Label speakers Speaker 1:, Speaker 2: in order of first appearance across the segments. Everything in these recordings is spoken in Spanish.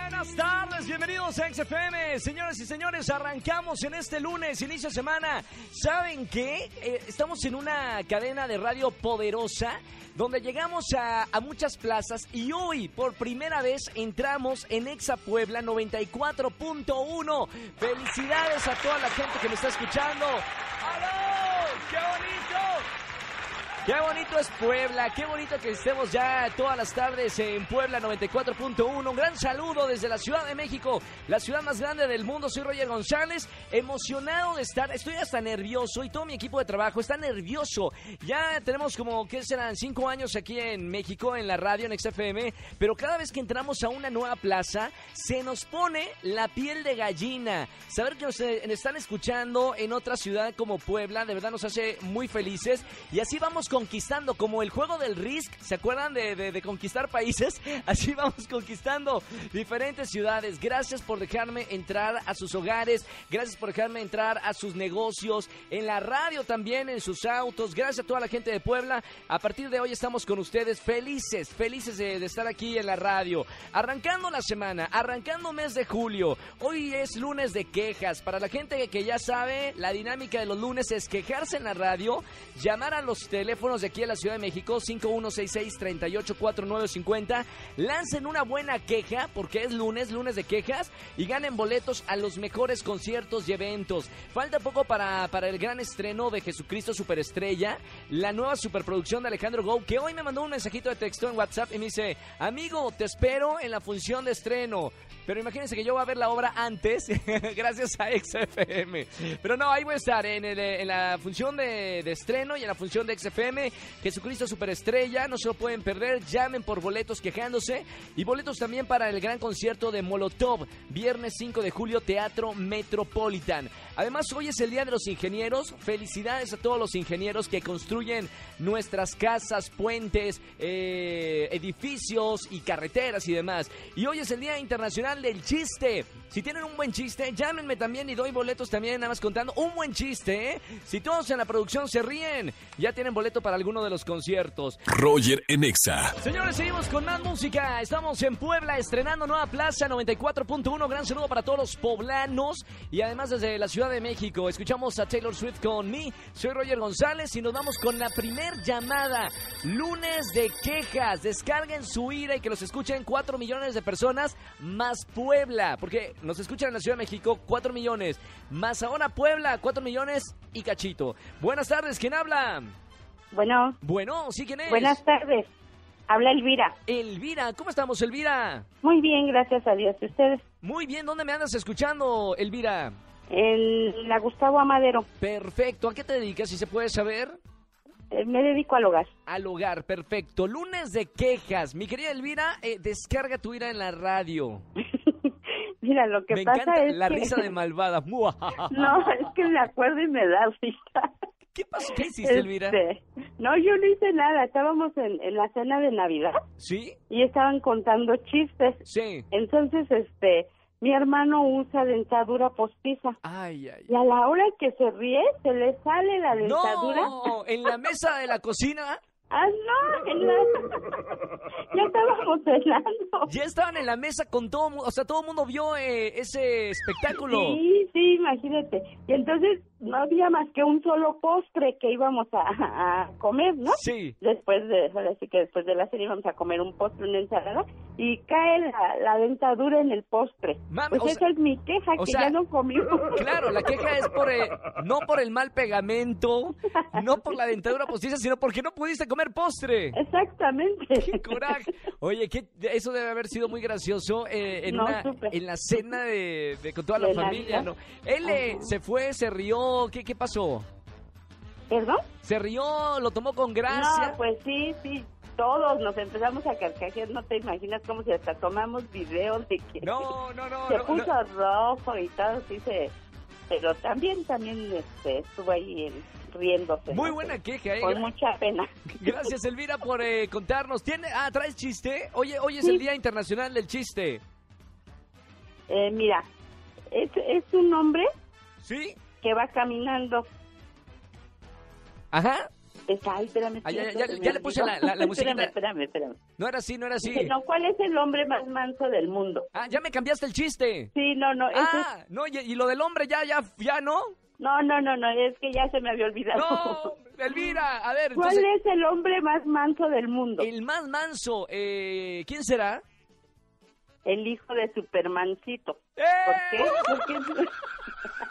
Speaker 1: Buenas tardes, bienvenidos a XFM. Señoras y señores, arrancamos en este lunes, inicio de semana. ¿Saben qué? Eh, estamos en una cadena de radio poderosa donde llegamos a, a muchas plazas y hoy por primera vez entramos en Exa Puebla 94.1. Felicidades a toda la gente que me está escuchando. ¡Aló! ¡Qué bonito! Qué bonito es Puebla, qué bonito que estemos ya todas las tardes en Puebla 94.1. Un gran saludo desde la Ciudad de México, la ciudad más grande del mundo. Soy Roger González, emocionado de estar, estoy hasta nervioso y todo mi equipo de trabajo está nervioso. Ya tenemos como, ¿qué serán? Cinco años aquí en México, en la radio, en XFM, pero cada vez que entramos a una nueva plaza, se nos pone la piel de gallina. Saber que nos eh, están escuchando en otra ciudad como Puebla, de verdad nos hace muy felices. Y así vamos conquistando, como el juego del Risk, ¿se acuerdan de, de- de conquistar países? Así vamos conquistando diferentes ciudades. Gracias por dejarme entrar a sus hogares, gracias por dejarme entrar a sus negocios, en la radio también, en sus autos. Gracias a toda la gente de Puebla. A partir de hoy estamos con ustedes felices, felices de, de estar aquí en la radio. Arrancando la semana, arrancando mes de julio. Hoy es lunes de quejas. Para la gente que ya sabe, la dinámica de los lunes es quejarse en la radio, llamar a los teléfonos de aquí en la Ciudad de México, 5166-384950. Lancen una buena queja, porque es lunes, lunes de quejas, y ganen boletos a los mejores conciertos y eventos. Falta poco para, para el gran estreno de Jesucristo Superestrella, la nueva superproducción de Alejandro Go, que hoy me mandó un mensajito de texto en WhatsApp y me dice, amigo, te espero en la función de estreno. Pero imagínense que yo voy a ver la obra antes, gracias a XFM. Pero no, ahí voy a estar, en, el, eh, en la función de, de estreno y en la función de XFM, Jesucristo Superestrella, no se lo pueden perder, llamen por boletos quejándose y boletos también para el gran concierto de Molotov, viernes 5 de julio, Teatro Metropolitan. Además, hoy es el Día de los Ingenieros, felicidades a todos los ingenieros que construyen nuestras casas, puentes, eh, edificios y carreteras y demás. Y hoy es el Día Internacional del Chiste. Si tienen un buen chiste, llámenme también y doy boletos también, nada más contando un buen chiste. ¿eh? Si todos en la producción se ríen, ya tienen boleto para alguno de los conciertos.
Speaker 2: Roger en Exa.
Speaker 1: Señores, seguimos con más música. Estamos en Puebla estrenando Nueva Plaza 94.1. Gran saludo para todos los poblanos y además desde la Ciudad de México. Escuchamos a Taylor Swift con mí. Soy Roger González y nos vamos con la primer llamada. Lunes de quejas. Descarguen su ira y que los escuchen 4 millones de personas más Puebla. Porque nos escuchan en la Ciudad de México 4 millones. Más ahora Puebla 4 millones y cachito. Buenas tardes, ¿quién habla?
Speaker 3: Bueno,
Speaker 1: Bueno, ¿sí quién es?
Speaker 3: buenas tardes. Habla Elvira.
Speaker 1: Elvira, ¿cómo estamos, Elvira?
Speaker 3: Muy bien, gracias a Dios. ¿Y ustedes?
Speaker 1: Muy bien, ¿dónde me andas escuchando, Elvira?
Speaker 3: El, la Gustavo Amadero.
Speaker 1: Perfecto, ¿a qué te dedicas? Si se puede saber,
Speaker 3: Eh, Me dedico al hogar.
Speaker 1: al hogar, perfecto. Lunes de quejas. Mi querida Elvira, eh, descarga tu ira en la radio.
Speaker 3: Mira, lo que
Speaker 1: me
Speaker 3: pasa
Speaker 1: encanta
Speaker 3: es
Speaker 1: la
Speaker 3: que...
Speaker 1: risa de malvada. Muajaja.
Speaker 3: No, es que me acuerdo y me da risa.
Speaker 1: ¿Qué pasó? ¿Qué hiciste, Elvira?
Speaker 3: Este, No, yo no hice nada. Estábamos en, en la cena de Navidad
Speaker 1: ¿Sí?
Speaker 3: y estaban contando chistes.
Speaker 1: Sí.
Speaker 3: Entonces, este, mi hermano usa dentadura postiza.
Speaker 1: Ay, ay.
Speaker 3: Y a la hora que se ríe, se le sale la dentadura.
Speaker 1: No, en la mesa de la cocina.
Speaker 3: Ah, no, en la- ya estábamos cenando.
Speaker 1: Ya estaban en la mesa con todo, mu- o sea, todo el mundo vio eh, ese espectáculo.
Speaker 3: Sí, sí, imagínate. Y entonces no había más que un solo postre que íbamos a, a comer, ¿no?
Speaker 1: Sí.
Speaker 3: Después de, ahora sí que después de la cena íbamos a comer un postre, una ensalada, y cae la, la dentadura en el postre.
Speaker 1: Mami,
Speaker 3: pues
Speaker 1: o
Speaker 3: esa
Speaker 1: sea-
Speaker 3: es mi queja,
Speaker 1: o
Speaker 3: que
Speaker 1: sea-
Speaker 3: ya no comimos.
Speaker 1: Claro, la queja es por el- no por el mal pegamento, no por la dentadura postiza, sino porque no pudiste comer postre.
Speaker 3: Exactamente.
Speaker 1: ¡Qué coraje! Oye, ¿qué- eso debe haber sido muy gracioso eh, en,
Speaker 3: No,
Speaker 1: una-
Speaker 3: súper.
Speaker 1: en la cena de, de- con toda la
Speaker 3: De
Speaker 1: familia,
Speaker 3: Navidad.
Speaker 1: ¿no? Él eh,
Speaker 3: Ajá.
Speaker 1: se fue, se rió, ¿qué, qué pasó?
Speaker 3: ¿Perdón?
Speaker 1: ¿Se rió? ¿Lo tomó con gracia?
Speaker 3: No, pues sí, sí. Todos nos empezamos a carcajear, no te imaginas cómo si hasta tomamos videos de que...
Speaker 1: no, no, no.
Speaker 3: se
Speaker 1: no,
Speaker 3: puso
Speaker 1: no.
Speaker 3: rojo y todo, sí se... Pero también, también este, estuvo ahí eh, riéndose.
Speaker 1: Muy
Speaker 3: ¿no?
Speaker 1: buena queja, ¿eh?
Speaker 3: Con mucha pena.
Speaker 1: Gracias, Elvira, por eh, contarnos. ¿Tiene, ah, ¿traes chiste? Oye, hoy es
Speaker 3: Sí.
Speaker 1: el Día Internacional del Chiste.
Speaker 3: Eh, mira, es, es un hombre
Speaker 1: ¿Sí?
Speaker 3: que va caminando.
Speaker 1: Ajá.
Speaker 3: Está, ay, espérame.
Speaker 1: Ah, ya-
Speaker 3: espérame,
Speaker 1: ya-
Speaker 3: se me
Speaker 1: ya le puse
Speaker 3: olvidó.
Speaker 1: la- la- la musiquita.
Speaker 3: Espérame, espérame, espérame.
Speaker 1: No era así, no era así.
Speaker 3: Dice, no, ¿cuál es el hombre más manso del mundo?
Speaker 1: Ah, ya me cambiaste el chiste.
Speaker 3: Sí, no, no, ese es-
Speaker 1: Ah, no, y, y lo del hombre ya, ya, ya, ¿no?
Speaker 3: no, no, no, no, es que ya se me había olvidado.
Speaker 1: No, Elvira, a ver,
Speaker 3: ¿Cuál
Speaker 1: entonces,
Speaker 3: es el hombre más manso del mundo? El,
Speaker 1: el más manso, eh, ¿quién será?
Speaker 3: hijo de Supermancito.
Speaker 1: ¡Eh!
Speaker 3: ¿Por qué? Porque es-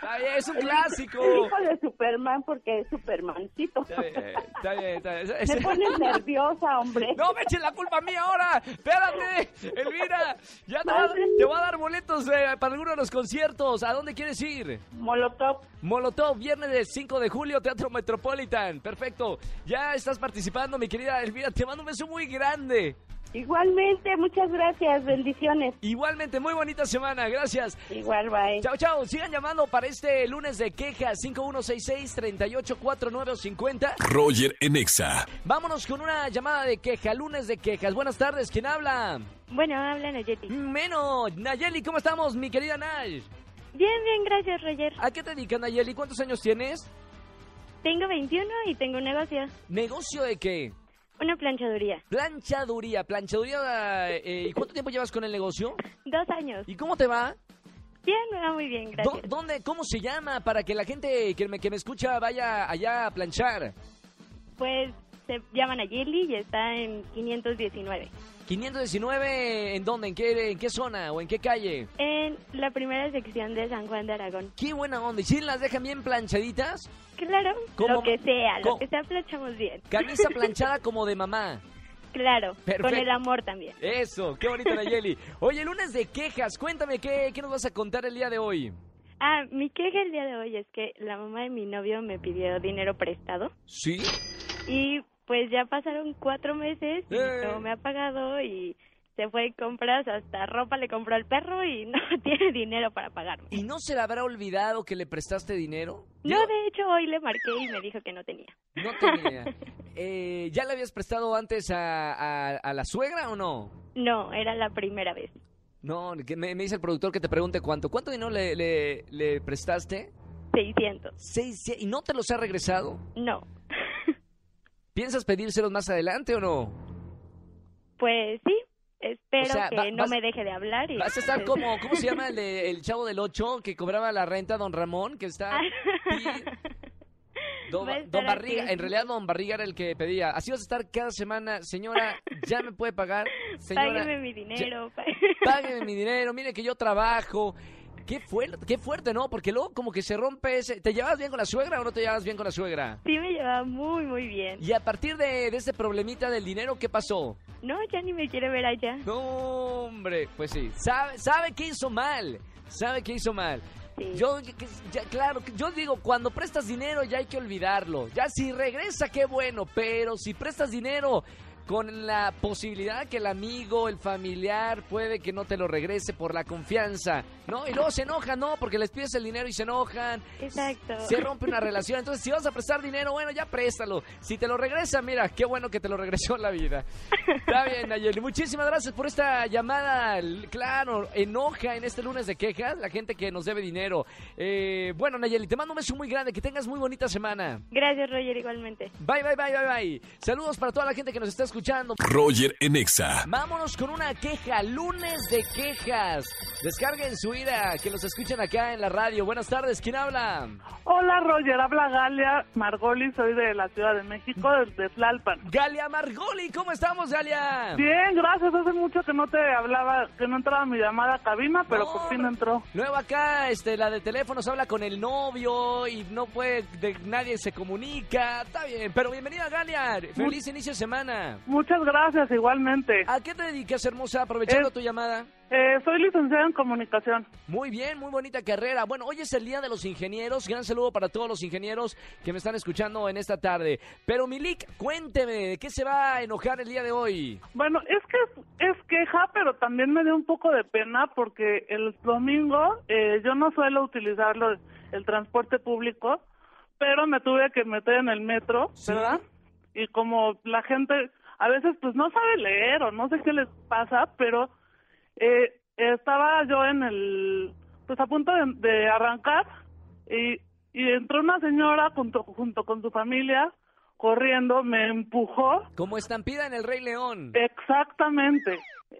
Speaker 1: Está bien, es un clásico.
Speaker 3: El hijo de Superman porque es Supermancito.
Speaker 1: Está bien, está bien, está bien.
Speaker 3: Me pones nerviosa, hombre.
Speaker 1: No me echen la culpa a mí ahora. Espérate, Elvira. Ya te, va- te voy a dar boletos eh, para alguno de los conciertos. ¿A dónde quieres ir?
Speaker 3: Molotov.
Speaker 1: Molotov, viernes del 5 de julio, Teatro Metropolitan. Perfecto. Ya estás participando, mi querida Elvira. Te mando un beso muy grande.
Speaker 3: Igualmente, muchas gracias, bendiciones.
Speaker 1: Igualmente, muy bonita semana. Gracias.
Speaker 3: Igual, bye.
Speaker 1: Chao, chao. Sigan llamando para este lunes de quejas 5166-384950.
Speaker 2: Roger en Exa.
Speaker 1: Vámonos con una llamada de queja, lunes de quejas. Buenas tardes, ¿quién habla?
Speaker 4: Bueno, hablan Nayeti.
Speaker 1: Menos. Nayeli, ¿cómo estamos, mi querida Nay?
Speaker 4: Bien, bien, gracias, Roger.
Speaker 1: ¿A qué te dedicas, Nayeli? ¿Cuántos años tienes?
Speaker 4: Tengo 21 y tengo un negocio,
Speaker 1: ¿Negocio de qué?
Speaker 4: una planchaduría.
Speaker 1: Planchaduría, planchaduría. eh, ¿Y cuánto tiempo llevas con el negocio?
Speaker 4: Dos años.
Speaker 1: ¿Y cómo te va?
Speaker 4: Bien, me va muy bien,
Speaker 1: ¿Dó-
Speaker 4: gracias.
Speaker 1: ¿Dónde, cómo se llama? Para que la gente que me, que me escucha vaya allá a planchar.
Speaker 4: Pues se llaman Nayeli y está en 519.
Speaker 1: 519, ¿en dónde? ¿En qué, ¿En qué zona o en qué calle?
Speaker 4: En la primera sección de San Juan de Aragón.
Speaker 1: Qué buena onda. ¿Y si las dejan bien planchaditas?
Speaker 4: Claro,
Speaker 1: ¿Cómo?
Speaker 4: lo que sea,
Speaker 1: ¿Cómo?
Speaker 4: lo que sea, planchamos bien.
Speaker 1: Camisa planchada como de mamá.
Speaker 4: Claro,
Speaker 1: Perfecto.
Speaker 4: con el amor también.
Speaker 1: Eso, qué bonito Nayeli. Oye, lunes de quejas, cuéntame qué, qué nos vas a contar el día de hoy.
Speaker 4: Ah, mi queja el día de hoy es que la mamá de mi novio me pidió dinero prestado
Speaker 1: ¿Sí?
Speaker 4: y pues ya pasaron cuatro meses y
Speaker 1: Eh.
Speaker 4: no me ha pagado y se fue de compras, hasta ropa le compró al perro y no tiene dinero para pagarme.
Speaker 1: ¿Y no se le habrá olvidado que le prestaste dinero?
Speaker 4: No, de hecho hoy le marqué y me dijo que no tenía.
Speaker 1: No tenía. Eh, ¿Ya le habías prestado antes a, a- a la suegra o no?
Speaker 4: No, era la primera vez.
Speaker 1: No, que me, me dice el productor que te pregunte cuánto. ¿Cuánto dinero le, le- le prestaste?
Speaker 4: 600.
Speaker 1: Seis, sie- ¿Y no te los ha regresado?
Speaker 4: No,
Speaker 1: ¿Piensas pedírselos más adelante o no?
Speaker 4: pues sí, espero
Speaker 1: O sea,
Speaker 4: que
Speaker 1: va-
Speaker 4: no
Speaker 1: vas-
Speaker 4: me deje de hablar. Y
Speaker 1: Vas a estar
Speaker 4: pues,
Speaker 1: como, ¿cómo se llama el, de- el chavo del 8 que cobraba la renta, don Ramón? Que está... Don,
Speaker 4: Ah, Va a
Speaker 1: Don
Speaker 4: estar
Speaker 1: Barriga,
Speaker 4: aquí.
Speaker 1: en realidad Don Barriga era el que pedía. Así vas a estar cada semana, señora, ya me puede pagar, señora,
Speaker 4: Págueme mi dinero. pa-
Speaker 1: págueme mi dinero, mire que yo trabajo. Qué fuerte, qué fuerte, ¿no? Porque luego como que se rompe ese... ¿Te llevabas bien con la suegra o no te llevabas bien con la suegra?
Speaker 4: Sí me llevaba muy, muy bien.
Speaker 1: Y a partir de, de ese problemita del dinero, ¿qué pasó?
Speaker 4: No, ya ni me quiere ver allá.
Speaker 1: No, hombre, pues sí. Sabe, sabe que hizo mal, sabe que hizo mal.
Speaker 4: Sí.
Speaker 1: Yo, que- que- ya, claro, que yo digo, cuando prestas dinero ya hay que olvidarlo. Ya si regresa, qué bueno, pero si prestas dinero con la posibilidad que el amigo, el familiar, puede que no te lo regrese por la confianza, ¿no? Y luego se enojan, ¿no? Porque les pides el dinero y se enojan.
Speaker 4: Exacto.
Speaker 1: Se rompe una relación. Entonces, si vas a prestar dinero, bueno, ya préstalo. Si te lo regresa, mira, qué bueno que te lo regresó la vida. Está bien, Nayeli. Muchísimas gracias por esta llamada. L- Claro, enoja en este lunes de quejas la gente que nos debe dinero. Eh, bueno, Nayeli, te mando un beso muy grande. Que tengas muy bonita semana.
Speaker 4: Gracias, Roger, igualmente.
Speaker 1: Bye, bye, bye, bye, bye. Saludos para toda la gente que nos está escuchando.
Speaker 2: Roger en Exa.
Speaker 1: Vámonos con una queja, lunes de quejas. Descarguen su ira, que los escuchen acá en la radio. Buenas tardes, ¿quién habla?
Speaker 5: Hola Roger, habla Galia Margoli, soy de la Ciudad de México, desde Tlalpan.
Speaker 1: Galia Margoli, ¿cómo estamos, Galia?
Speaker 5: Bien, gracias, hace mucho que no te hablaba, que no entraba mi llamada a cabina, pero
Speaker 1: No,
Speaker 5: por fin entró.
Speaker 1: Luego acá, este, la de teléfonos habla con el novio y no puede, de- nadie se comunica. Está bien, pero bienvenida Galia. Feliz inicio de semana.
Speaker 5: Muchas gracias, igualmente.
Speaker 1: ¿A qué te dedicas, hermosa, aprovechando
Speaker 5: Eh.
Speaker 1: tu llamada?
Speaker 5: Eh, soy licenciada en comunicación.
Speaker 1: Muy bien, muy bonita carrera. Bueno, hoy es el Día de los Ingenieros. Gran saludo para todos los ingenieros que me están escuchando en esta tarde. Pero Milik, cuénteme, ¿de qué se va a enojar el día de hoy?
Speaker 5: Bueno, es que es, es queja, pero también me dio un poco de pena porque el domingo eh, yo no suelo utilizar lo- el transporte público, pero me tuve que meter en el metro,
Speaker 1: Sí.
Speaker 5: ¿verdad? Y como la gente a veces pues no sabe leer o no sé qué les pasa, pero eh, estaba yo en el, pues a punto de, de arrancar y, y entró una señora junto, junto con su familia corriendo, me empujó.
Speaker 1: Como estampida en el Rey León.
Speaker 5: Exactamente.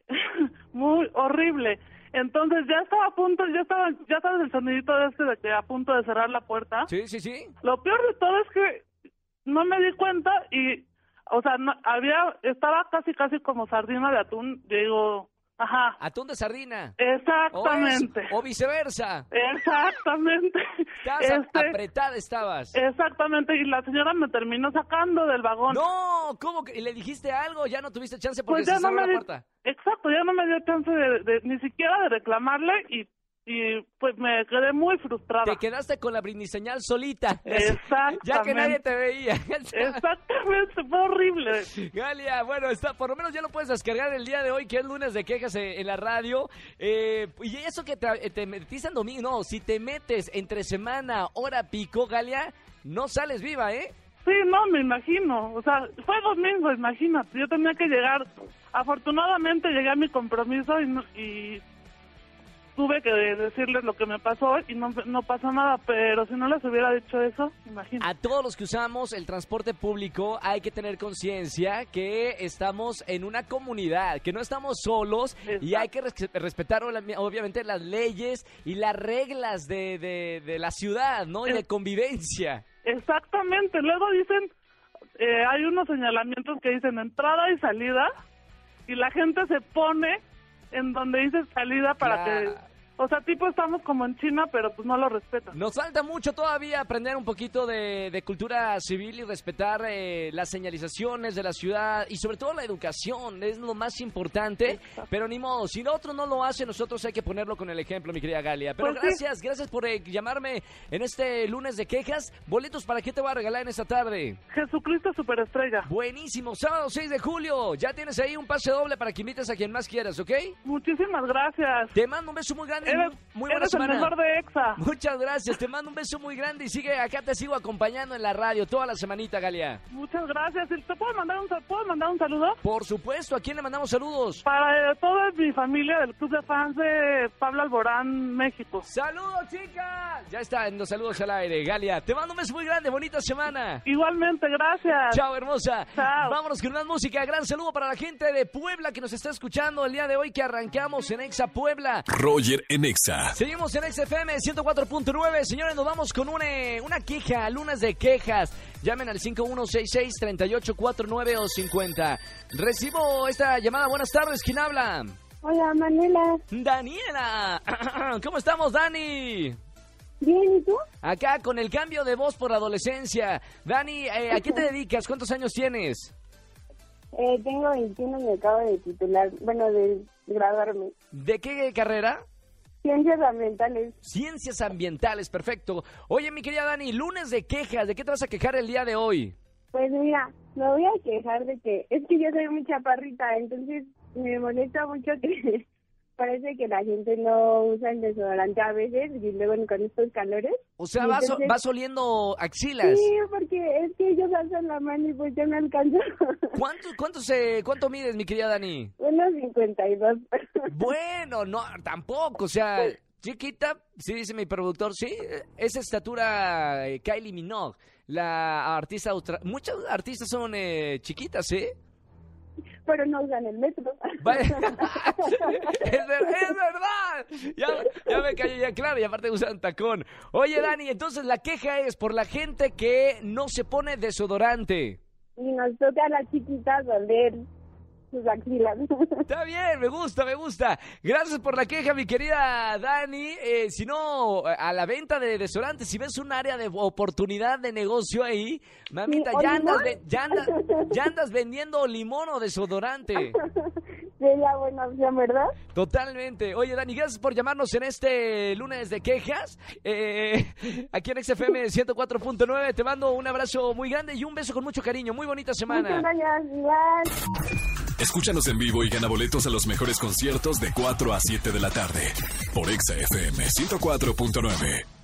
Speaker 5: Muy horrible. Entonces ya estaba a punto, ya estaba, ya sabes el sonidito de este de que a punto de cerrar la puerta.
Speaker 1: Sí, sí, sí.
Speaker 5: Lo peor de todo es que no me di cuenta y, o sea, no- había, estaba casi, casi como sardina de atún. Yo digo, ajá,
Speaker 1: Atún de sardina. O
Speaker 5: exactamente,
Speaker 1: eso, O, viceversa.
Speaker 5: exactamente.
Speaker 1: Estabas a-
Speaker 5: Este, eh,
Speaker 1: apretada, estabas.
Speaker 5: exactamente, y la señora me terminó sacando del vagón.
Speaker 1: No, ¿cómo que y le dijiste algo? Ya no tuviste chance porque
Speaker 5: Pues
Speaker 1: se
Speaker 5: ya no
Speaker 1: cerró
Speaker 5: me
Speaker 1: la
Speaker 5: di-
Speaker 1: puerta.
Speaker 5: Exacto, ya no me dio chance de, de- ni siquiera de reclamarle y, y pues me quedé muy frustrada.
Speaker 1: Te quedaste con la brindiseñal solita.
Speaker 5: Exactamente.
Speaker 1: Ya que nadie te veía.
Speaker 5: Exactamente, fue horrible.
Speaker 1: Galia, bueno, está, por lo menos ya lo puedes descargar el día de hoy, que es lunes de quejas eh, en la radio. Eh, y eso que te, te metiste en domingo, no, si te metes entre semana, hora pico, Galia, no sales viva, ¿eh?
Speaker 5: Sí, no, me imagino. O sea, fue domingo, imagínate. Yo tenía que llegar. Afortunadamente llegué a mi compromiso y, no- y tuve que decirles lo que me pasó y no, no pasó nada. Pero si no les hubiera dicho eso, imagínate.
Speaker 1: A todos los que usamos el transporte público hay que tener conciencia que estamos en una comunidad, que no estamos solos y
Speaker 5: Exacto.
Speaker 1: hay que res- respetar obla- obviamente las leyes y las reglas de, de- de la ciudad, ¿no? Y de
Speaker 5: Es-
Speaker 1: convivencia.
Speaker 5: Exactamente. Luego dicen, eh, hay unos señalamientos que dicen entrada y salida y la gente se pone en donde dice salida para
Speaker 1: Claro.
Speaker 5: que... O sea, tipo estamos como en China, pero pues no lo respetan.
Speaker 1: Nos falta mucho todavía aprender un poquito de, de cultura civil y respetar eh, las señalizaciones de la ciudad y sobre todo la educación, es lo más importante. Pero ni modo, si otro no lo hace, nosotros hay que ponerlo con el ejemplo, mi querida Galia. Pero
Speaker 5: Pues sí.
Speaker 1: gracias, gracias por eh, llamarme en este lunes de quejas. Boletos, ¿para qué te voy a regalar en esta tarde?
Speaker 5: Jesucristo superestrella.
Speaker 1: Buenísimo, sábado 6 de julio. Ya tienes ahí un pase doble para que invites a quien más quieras, ¿ok?
Speaker 5: Muchísimas gracias.
Speaker 1: Te mando un beso muy grande. y
Speaker 5: Eres,
Speaker 1: muy- muy buena
Speaker 5: eres el
Speaker 1: semana.
Speaker 5: mejor de EXA.
Speaker 1: Muchas gracias, te mando un beso muy grande y sigue acá te sigo acompañando en la radio toda la semanita, Galia.
Speaker 5: Muchas gracias. ¿Y ¿Te puedo mandar un, sa- puedo mandar un saludo?
Speaker 1: Por supuesto, ¿a quién le mandamos saludos?
Speaker 5: Para eh, toda mi familia del Club de Fans de Pablo Alborán, México.
Speaker 1: ¡Saludos, chicas! Ya está, los saludos al aire, Galia. Te mando un beso muy grande, bonita semana.
Speaker 5: Igualmente, gracias.
Speaker 1: Chao, hermosa.
Speaker 5: Chao.
Speaker 1: Vámonos con más música. Gran saludo para la gente de Puebla que nos está escuchando el día de hoy que arrancamos en Exa Puebla.
Speaker 2: Roger en Exa.
Speaker 1: Seguimos en XFM 104.9. Señores, nos vamos con una, una queja, lunes de quejas. Llamen al 5166-3849 o 50. Recibo esta llamada. Buenas tardes, ¿quién habla?
Speaker 3: Hola, Manuela.
Speaker 1: Daniela. ¿Cómo estamos, Dani?
Speaker 3: ¿Bien y tú?
Speaker 1: Acá con el cambio de voz por adolescencia. Dani, eh, ¿a qué te dedicas? ¿Cuántos años tienes?
Speaker 3: Eh, tengo 21 y me acabo de titular, bueno, de graduarme.
Speaker 1: ¿De qué carrera?
Speaker 3: Ciencias ambientales.
Speaker 1: Ciencias ambientales, perfecto. Oye, mi querida Dani, lunes de quejas. ¿De qué te vas a quejar el día de hoy?
Speaker 3: Pues mira, me voy a quejar de que es que yo soy muy chaparrita, entonces me molesta mucho que parece que la gente no usa el desodorante a veces y luego con estos calores.
Speaker 1: O sea,
Speaker 3: Sí,
Speaker 1: vas,
Speaker 3: entonces-
Speaker 1: vas oliendo axilas.
Speaker 3: Sí, porque es que ellos alzan la mano y pues yo no alcanzo.
Speaker 1: ¿Cuánto, cuánto, se, ¿Cuánto mides, mi querida Dani?
Speaker 3: Unos 52.
Speaker 1: Bueno, no, tampoco, o sea, chiquita, sí dice mi productor, sí, es estatura eh, Kylie Minogue, la artista, austra- muchas artistas son eh, chiquitas, ¿eh?
Speaker 3: Pero no usan el metro.
Speaker 1: Vaya- es, ver- es verdad, ya, ya me callé, ya claro, y aparte usan tacón. Oye, Dani, entonces la queja es por la gente que no se pone desodorante.
Speaker 3: Y nos toca a las chiquitas oler sus axilas.
Speaker 1: Está bien, me gusta, me gusta. Gracias por la queja, mi querida Dani. Eh, si no, a la venta de desodorantes, si ves un área de oportunidad de negocio ahí, mamita,
Speaker 3: Sí, ¿o
Speaker 1: ya andas,
Speaker 3: limón?
Speaker 1: ve- ya, andas, ya andas vendiendo limón o desodorante.
Speaker 3: Sería buena opción, ¿verdad?
Speaker 1: Totalmente. Oye, Dani, gracias por llamarnos en este lunes de quejas. Eh, aquí en XFM 104.9 te mando un abrazo muy grande y un beso con mucho cariño. Muy bonita semana.
Speaker 3: Muchas gracias. Igual.
Speaker 2: Escúchanos en vivo y gana boletos a los mejores conciertos de 4 a 7 de la tarde por Exa FM 104.9.